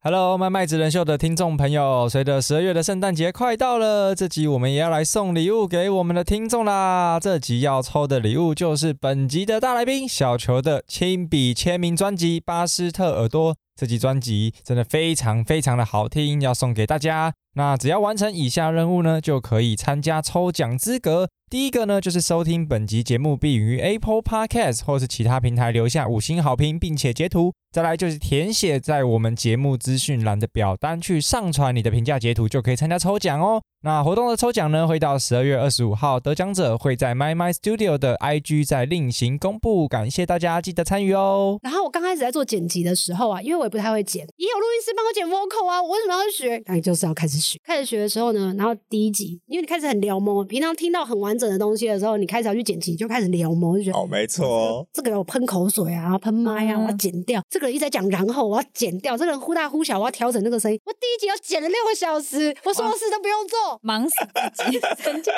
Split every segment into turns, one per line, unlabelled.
Hello，卖麦子人秀的听众朋友，随着十二月的圣诞节快到了，这集我们也要来送礼物给我们的听众啦。这集要抽的礼物就是本集的大来宾小球的亲笔签名专辑《巴斯特耳朵》。这集专辑真的非常非常的好听，要送给大家。那只要完成以下任务呢，就可以参加抽奖资格。第一个呢，就是收听本集节目并于 Apple Podcast 或是其他平台留下五星好评，并且截图。再来就是填写在我们节目资讯栏的表单去上传你的评价截图，就可以参加抽奖哦。那活动的抽奖呢，会到十二月二十五号，得奖者会在 My My Studio 的 IG 再另行公布。感谢大家，记得参与哦。
然后我刚开始在做剪辑的时候啊，因为我也不太会剪，也有录音师帮我剪 vocal 啊，我为什么要学？哎，就是要开始学。开始学的时候呢，然后第一集，因为你开始很撩摸，平常听到很完整的东西的时候，你开始要去剪辑，就开始撩摸，就觉得
哦，没错哦，
这个人我喷口水啊，然后喷麦啊，
嗯
我要剪掉；这个人一直在讲，然后我要剪掉；这个人忽大忽小，我要调整那个声音。我第一集要剪了六个小时，我
哦
所有事都不用做。
忙死自 己，神经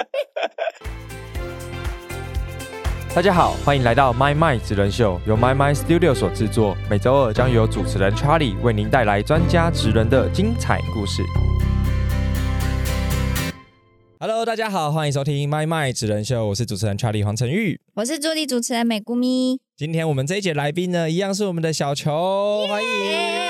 大家好，欢迎来到 My My 职人秀，由 My My Studio 所制作。每周二将由主持人 Charlie 为您带来专家职人的精彩故事。Hello，大家好，欢迎收听 My My 职人秀，我是主持人 Charlie 黄晨玉。
我是助理主持人美姑咪，
今天我们这一节来宾呢，一样是我们的小球，欢迎。
哎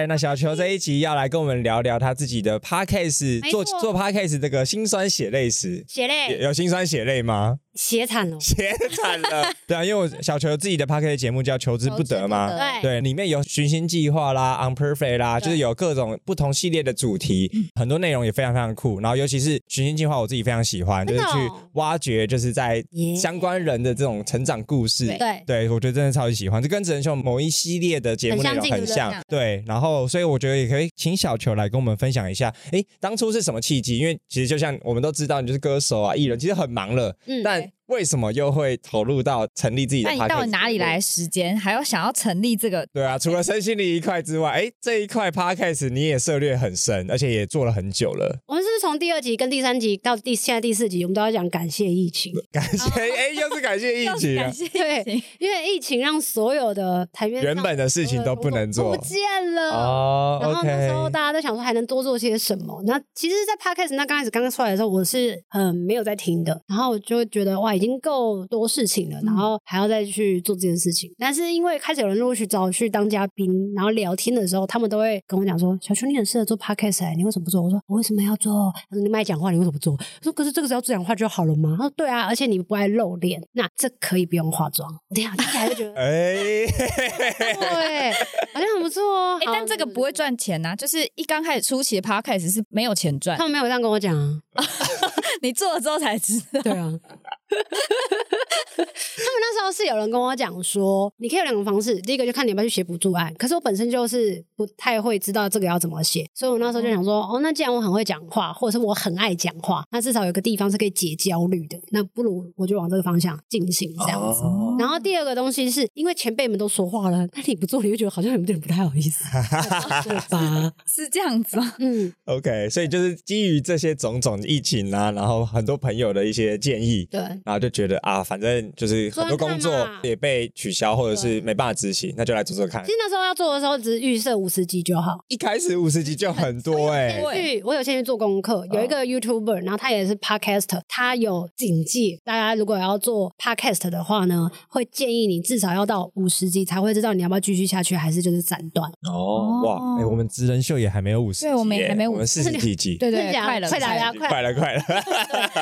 耶、那小球这一集要来跟我们聊聊他自己的 podcast，
没
做
错
做 podcast 这个辛酸血泪史，
血
有
泪
有辛酸血泪吗？
血惨了，
血惨了。 对啊，因为我小球有自己的 p a r k e t 节目叫《求之不得》嘛，
对
对，里面有寻星计划啦、Unperfect 啦，
哎对嗯
就是有各种不同系列的主题，很多内容也非常非常酷。然后尤其是寻星计划，我自己非常喜欢，就
真
是
的哦
去挖掘就是在
耶
相关人的这种成长故事。
对
对，
对，我觉得真的超级喜欢，这跟只能秀某一系列的节目内容
很相
很
近
像
对不。
对，然后所以我觉得也可以请小球来跟我们分享一下，诶，当初是什么契机？因为其实就像我们都知道，你就是歌手啊、艺人，其实很忙了，
嗯
但为什么又会投入到成立自己的
那
p
你
o
到底哪里来的？时间，还要想要成立这个？
对啊，除了身心灵一块之外，诶，这一块 podcast 你也涉猎很深，而且也做了很久 了。
我们是不是从第二集跟第三集到第现在第四集，我们都要讲感谢疫情，
感谢，
哦
诶，又是感谢 疫情啊
感，谢
对，因为疫情让所有的台面上
原本的事情都不能做
都呃不见了。
哦
然后那时候
，OK，
大家都想说还能多做些什么？那其实，在 podcast 那刚开始刚出来的时候，我是嗯没有在听的，然后我就会觉得哇，已经够多事情了，
嗯
然后还要再去做这件事情。但是因为开始有人陆续找我去当嘉宾，然后聊天的时候，他们都会跟我讲说：“小秋，你很适合做 podcast，、欸、你为什么不做？”我说：“我为什么要做？”他说：“你卖讲话，你为什么不做？”我说：“可是这个只要自然化就好了嘛。”他说：“对啊，而且你不爱露脸，那这可以不用化妆。”我天啊，听起来就觉 得。
诶，
对，好像很不错哦。
哎，
好
但这个不会赚钱呐、就是一刚开始初期的 podcast 是没有钱赚
他，们没有这样跟我讲啊。
你做了之后才知道。
对啊， 他们那时候是有人跟我讲说，你可以有两个方式，第一个就看你要不要去写补助案。可是我本身就是不太会知道这个要怎么写，所以我那时候就想说，哦，那既然我很会讲话，或者是我很爱讲话，那至少有个地方是可以解焦虑的，那不如我就往这个方向进行这样子。
哦
然后第二个东西是因为前辈们都说话了，那你不做，你就觉得好像有点不太好意思，对吧？
是这样子 吗？
嗯，
，OK，所以就是基于这些种种疫情啊，然后很多朋友的一些建议，
对。
然后就觉得啊，反正就是很多工作
做看看嘛
也被取消或者是没办法执行，那就来做做看
其。实那时候要做的时候，只是预设五十集就好。
一开始五十集就很多哎、
多对
去，我有先去做功课，有一个 YouTuber，然后他也是 Podcast，他有警戒，大家如果要做 Podcast 的话呢，会建议你至少要到五十集才会知道你要不要继续下去，还是就是斩断。
哦，哇，哎、我们职人秀也还没有五十集耶，
对我们也还没有
我们四十几集，
对
真的
对，
假的
快了，
快打呀快
快了快 了。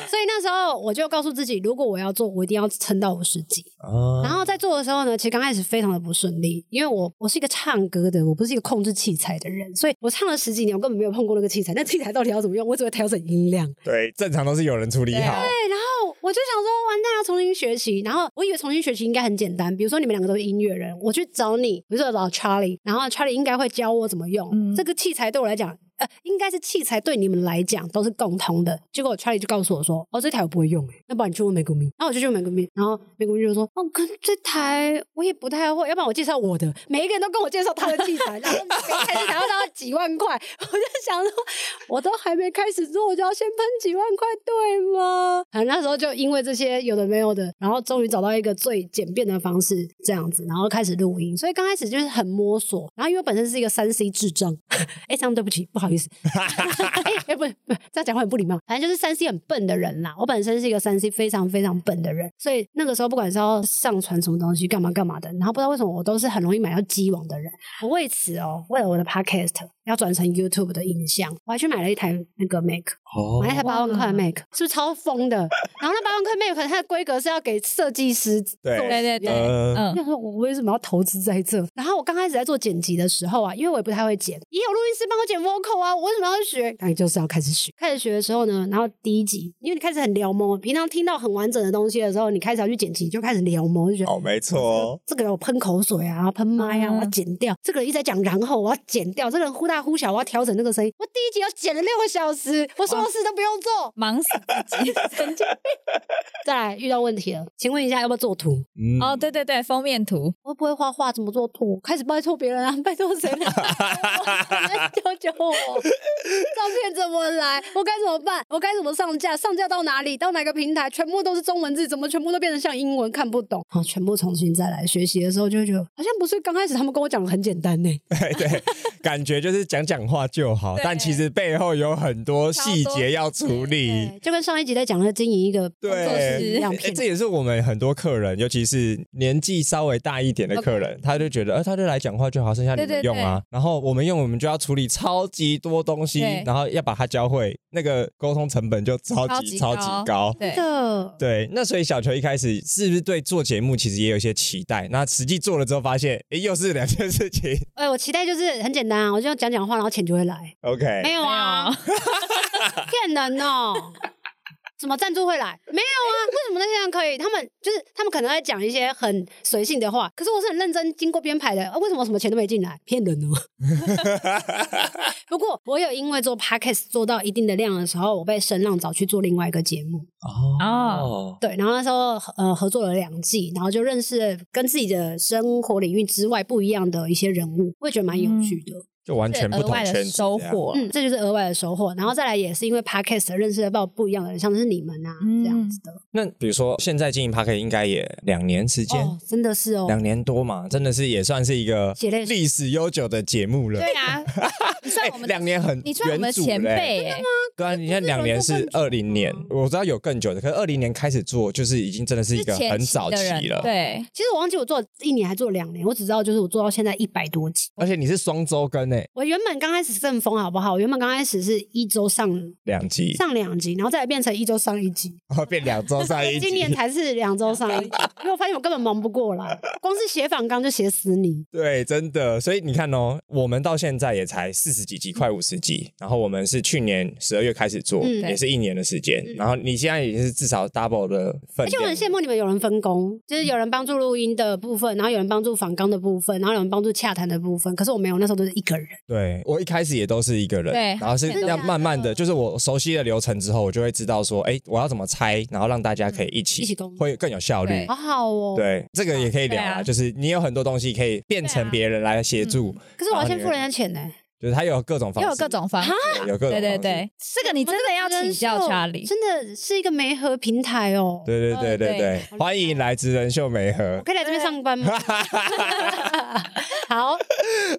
所以那时候我就告诉自己，如果我要做，我一定要撑到五十集。
哦
然后在做的时候呢，其实刚开始非常的不顺利，因为我我是一个唱歌的，我不是一个控制器材的人，所以我唱了十几年，我根本没有碰过那个器材。那器材到底要怎么用？我只会调整音量。
对，正常都是有人处理
对
好
啊，
对，然后我就想说，完蛋，要重新学习。然后我以为重新学习应该很简单，比如说你们两个都是音乐人，我去找你，比如说找 Charlie，然后 Charlie 应该会教我怎么用、
嗯
这个器材。对我来讲，呃，应该是器材对你们来讲都是共通的。结果 Charlie 就告诉我说：“哦，这台我不会用、欸，那不然你去问美国民。”然后我就去问美国民，然后美国民就说：“哦，跟这台我也不太会，要不然我介绍我的。”每一个人都跟我介绍他的器材，然后每一台器材都要几万块，我就想说，我都还没开始做，我就要先喷几万块，对吗？啊，那时候就因为这些有的没有的，然后终于找到一个最简便的方式，这样子，然后开始录音。所以刚开始就是很摸索，然后因为我本身是一个三 C 智障，哎，这样对不起，不好意思， 哎、哎，不不，这样讲话很不礼貌。反正就是三 C 很笨的人啦，我本身是一个三 C 非常非常笨的人，所以那个时候不管是要上传什么东西，干嘛干嘛的，然后不知道为什么我都是很容易买到鸡网的人。我为此哦，为了我的 podcast 要转成 YouTube 的影像，我还去买了一台那个 Mac，
哦
买了一台八万块的
哇
Mac，是不是超疯的？然后那八万块 Mac 它的规格是要给设计师
对
做
对对对，
呃
嗯，
那时候我为什么要投资在这？然后我刚开始在做剪辑的时候啊，因为我也不太会剪，也有录音师帮我剪 vocal 啊，我为什么要学？那你就是要开始学。开始学的时候呢，然后第一集，因为你开始很撩毛，平常听到很完整的东西的时候，你开始要去剪辑，你就开始撩毛，就觉得。
哦，没错哦，
这个人我喷口水啊，喷麦啊，
嗯
我要剪掉。这个人一直在讲，然后我要剪掉。这个人忽大忽小，我要调整那个声音。我第一集要剪了六个小时，我什么事都不用做。
忙死自己， 神经
再来遇到问题了，请问一下要不要做图？
嗯，
哦，对对对，封面图，
我不会画画，怎么做图？开始拜托别人啊， 拜托谁来救救我？照片怎么来？我该怎么办？我该怎么上架？上架到哪里？到哪个平台？全部都是中文字，怎么全部都变成像英文？看不懂。好，全部重新再来学习的时候，就会觉得好像不是刚开始他们跟我讲的很简单呢、
对对，感觉就是讲讲话就好，
对
但其实背后有很多细节要处理。
对，就跟上一集在讲的经营一个工作室一
对，
样
诶
骗
这
人。
也是我们很多客人，尤其是年纪稍微大一点的客人，他就觉得，呃，他就来讲话就好，剩下你
对
们
对
用啊。然后我们用，我们就要处理超级多东西
对，
然后要把它教会，那个沟通成本就超级超
超级高
级高。
对，
的
对，那所以小球一开始是不是对做节目其实也有一些期待？那实际做了之后发现，诶，又是两件事情。
哎、我期待就是很简单啊，我就讲讲话，然后钱就会来。没
OK，
有啊，骗人哦、什么赞助会来？没有啊？为什么那些人可以？他们就是他们可能在讲一些很随性的话，可是我是很认真经过编排的。啊、为什么什么钱都没进来？骗人哦！不过我有因为做 podcast 做到一定的量的时候，我被声浪找去做另外一个节目，
哦
哦，
对，然后那时候呃合作了两季，然后就认识了跟自己的生活领域之外不一样的一些人物，我也觉得蛮有趣的。
就完全不
额
同
外
圈
的
子
收
这样。
获，
嗯，这就是额外的收获。然后再来也是因为 podcast 认识到不一样的人，像是你们啊、
嗯
这样子的，
那比如说现在经营 p a r k 应该也两年时间，
哦，真的是哦。
两年多嘛，真的是也算是一个
血泪史
历史悠久的节目了。
对啊，你算我
哎
们
两年很
你算我们
元祖
前
嘞
辈哎，
对啊，你看两年是二零年，我知道有更久的，可是二零年开始做，就是已经真的是一
之
个
前
很早
的人
期了。，
对，
其实我忘记我做一年还做两年，我只知道就是我做到现在一百多集。
而且你是双周更诶，
我原本刚开始正风好不好？我原本刚开始是一周上
两集，
上两集，然后再来变成一周上一集，
然后变两周上一集。
今年才是两周上一集，因为我发现我根本忙不过来，光是写访纲就写死你。
对，真的，所以你看哦，我们到现在也才四十几集，快五十集。然后我们是去年十二月开始做，
嗯
也是一年的时间。
嗯
然后你现在已经是至少 double 的份量，
而且我很羡慕你们有人分工，就是有人帮助录音的部分，然后有人帮助访纲的部分，然后有人帮助洽谈的部分。可是我没有，那时候都是一个人。
对我一开始也都是一个人，
对
然后是
真
的
要
假的
慢慢的，就是我熟悉的流程之后，我就会知道说，哎，我要怎么拆，然后让大家可以一起，
一起工作
会更有效率
对。
好好哦。，
对，这个也可以聊
对
啊，
啊
就是你有很多东西可以变成别人来协助，
可是我要先付人家钱呢、
就是他有各种方
又
式，
有各种方式，
对有各种
对对
方式，
对，这个你真的要请教
我真的
查理，
真的是一个媒合平台哦。
对对对对
嗯
对
对，
欢迎来职人秀美和
我。可以来这边上班 吗？好，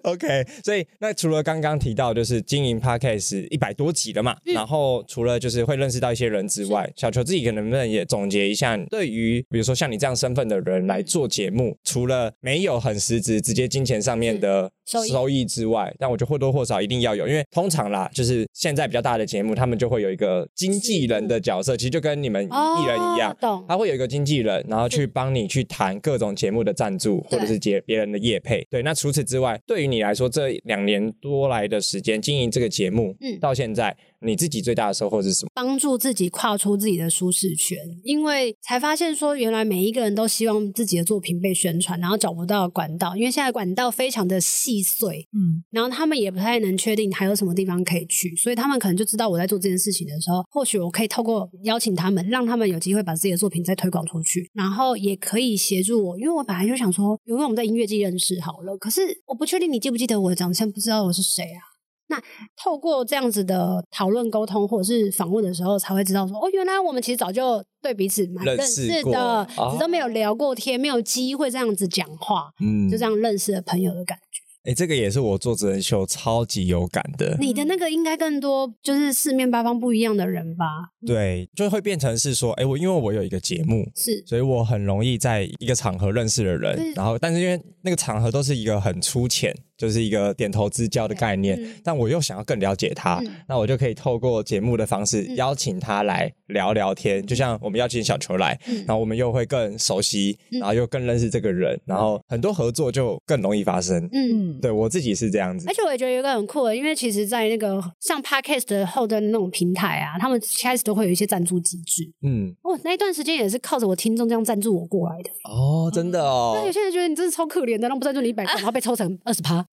OK，所以那除了刚刚提到就是经营 Podcast 一百多集了嘛，
嗯
然后除了就是会认识到一些人之外，小球自己可能不能也总结一下，对于比如说像你这样身份的人来做节
嗯
目，除了没有很实质直接金钱上面的
收益
收益之外，但我觉得或多或少一定要有，因为通常啦，就是现在比较大的节目，他们就会有一个经纪人的角色，其实就跟你们艺人一样
哦。懂。
他会有一个经纪人，然后去
是
帮你去谈各种节目的赞助，或
对
者是接别人的业配。对，那除此之外，对于你来说，这两年多来的时间经营这个节目，
嗯
到现在你自己最大的收获是什么？
帮助自己跨出自己的舒适圈，因为才发现说，原来每一个人都希望自己的作品被宣传，然后找不到管道，因为现在管道非常的细碎，
嗯，
然后他们也不太能确定还有什么地方可以去，所以他们可能就知道我在做这件事情的时候，或许我可以透过邀请他们，让他们有机会把自己的作品再推广出去，然后也可以协助我，因为我本来就想说，比如说我们在音乐季认识好了，可是我不确定你记不记得我的长相，不知道我是谁啊。那透过这样子的讨论、沟通或者是访问的时候，才会知道说，哦，原来我们其实早就对彼此蛮
认
认
识
识
过
的，
哦
只是都没有聊过天，没有机会这样子讲话，
嗯，
就这样认识了朋友的感觉。
哎、这个也是我做真人秀超级有感的。
你的那个应该更多就是四面八方不一样的人吧？
对，就会变成是说，哎、我因为我有一个节目，
是，
所以我很容易在一个场合认识的人
对，
然后但是因为那个场合都是一个很粗浅，就是一个点头之交的概念，
嗯
但我又想要更了解他，
嗯
那我就可以透过节目的方式
嗯
邀请他来聊聊天，就像我们邀请小球来，
嗯
然后我们又会更熟悉，
嗯
然后又更认识这个人，然后很多合作就更容易发生。
嗯。哎
嗯，
对我自己是这样子
而，且我也觉得有一个很酷的，因为其实，在那个像 podcast 的后的那种平台啊，他们开始都会有一些赞助机制。
嗯，
我那一段时间也是靠着我听众这样赞助我过来的。
哦，真的哦啊
那有，些人觉得你真是超可怜的，那不赞助你一百块，然后被抽成二十趴、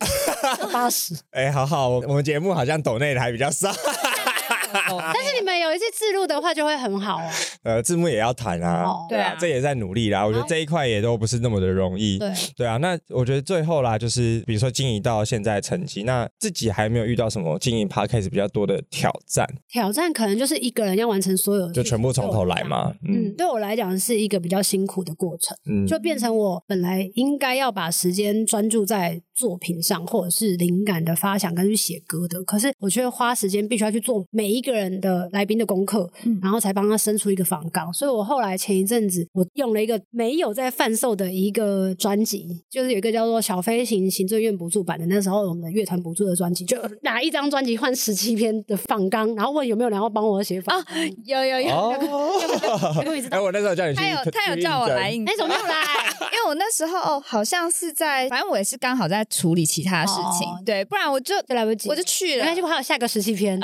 八十。
哎，好好，我我们节目好像抖内的还比较少，
哦
但是你们有一些自录的话，就会很好啊。
呃，字幕也要谈啊，
哦
对啊
这也在努力啦，我觉得这一块也都不是那么的容易。
对，
对啊，那我觉得最后啦，就是比如说经营到现在的成绩，那自己还没有遇到什么经营 podcast 比较多的挑战，
挑战可能就是一个人要完成所有的
就
事情，
全部从头来嘛。
嗯，
嗯
对我来讲是一个比较辛苦的过程，
嗯，
就变成我本来应该要把时间专注在作品上，或者是灵感的发想跟去写歌的，可是我却花时间必须要去做每一个人的来宾的功课，
嗯
然后才帮他生出一个访纲。所以我后来前一阵子，我用了一个没有在贩售的一个专辑，就是有一个叫做《小飞行行政院补助版》的，那时候我们的乐团补助的专辑，就拿一张专辑换十七篇的访纲，然后问有没有人要帮我写访
啊
纲。
有有有，
哦
结，果一直
哎，我那时候叫你去，
他有他有
去
叫我
应征
来，应
哎，
征，
怎么没有 来？
因为我那时候哦好像是在，反正我也是刚好在处理其他事情，
哦
对，不然我就
就来不及，
我就去
没
了啊
关系，，我还有下个十七篇，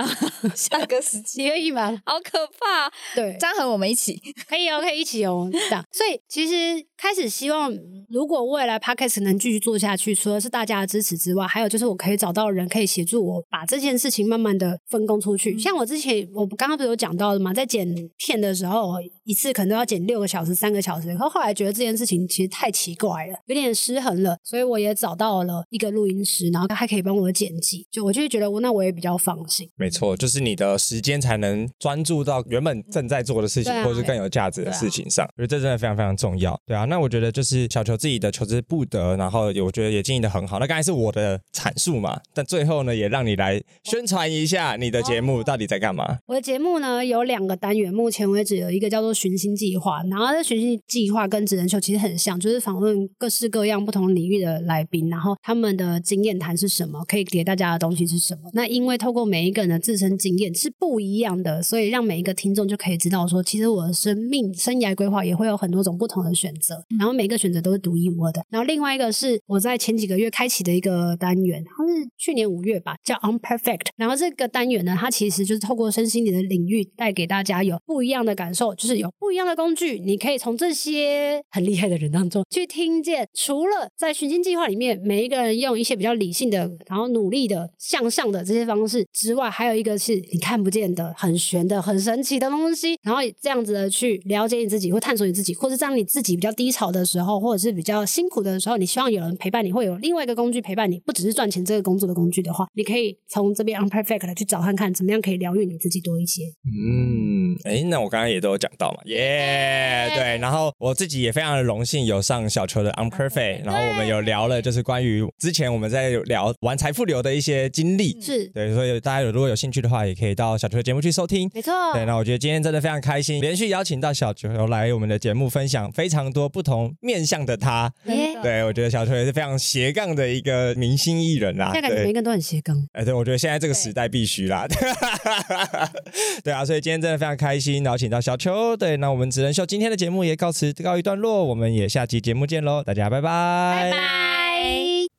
下个时期，
你 愿意吗？
好可怕、
对，
张恒，我们一起，
可以哦，可以一起哦，这样。所以其实开始希望，如果未来 podcast 能继续做下去，除了是大家的支持之外，还有就是我可以找到人可以协助我把这件事情慢慢的分工出去。
嗯
像我之前我刚刚不是有讲到的嘛，在剪片的时候，一次可能都要剪六个小时、三个小时，可后来觉得这件事情其实太奇怪了，有点失衡了，所以我也找到了一个录音师，然后他还可以帮我剪辑，就我就会觉得我那我也比较放心。
没错，就是你的时间才能专注到原本正在做的事情，
对啊
或是更有价值的事情上。我觉得这真的非常非常重要。对啊，那我觉得就是小球自己的求之不得，然后也我觉得也经营的很好。那刚才是我的阐述嘛，但最后呢，也让你来宣传一下你的节目到底在干嘛。
我的节目呢有两个单元，目前为止有一个叫做“寻星计划”，然后这“寻星计划”跟“职人秀”其实很像，就是访问各式各样不同领域的来宾，然后他们的经验谈是什么，可以给大家的东西是什么。那因为透过每一个人的自身经验是不一样的，所以让每一个听众就可以知道说，其实我的生命生涯规划也会有很多种不同的选择，然后每个选择都是独一无二的。然后另外一个是我在前几个月开启的一个单元，它是去年五月吧，叫 Unperfect。然后这个单元呢，它其实就是透过身心灵的领域，带给大家有不一样的感受，就是有不一样的工具，你可以从这些很厉害的人当中去听见，除了在寻亲计划里面，每一个人用一些比较理性的，然后努力的向上的这些方式之外，还有一个是你看不见的、很玄的、很神奇的东西，然后这样子的去了解你自己，或探索你自己，或是当你自己比较低潮的时候，或者是比较辛苦的时候，你希望有人陪伴你，会有另外一个工具陪伴你，不只是赚钱这个工作的工具的话，你可以从这边 unperfect 去找看看，怎么样可以疗愈你自己多一些。
嗯，哎，那我刚刚也都有讲到嘛，耶、
耶
对。然后我自己也非常的荣幸有上小球的 Unperfect，然后我们有聊了就是关于之前我们在聊玩财富流的一些经历。
是，
对，所以大家有如果有兴趣的话，也可以到小球的节目去收听。
没错。
对，那我觉得今天真的非常开心，连续邀请到小球来我们的节目分享非常多不同面向的他。
耶，
对，我觉得小球也是非常斜杠的一个明星艺人啦。
现在感觉每
对
个，人都很斜杠。
哎，对，我觉得现在这个时代必须啦。 对啊，所以今天真的非常开心，然后请到小球。对，那我们只能秀今天的节目也告辞告一段落，我们也下期节目见喽，大家拜拜。
拜。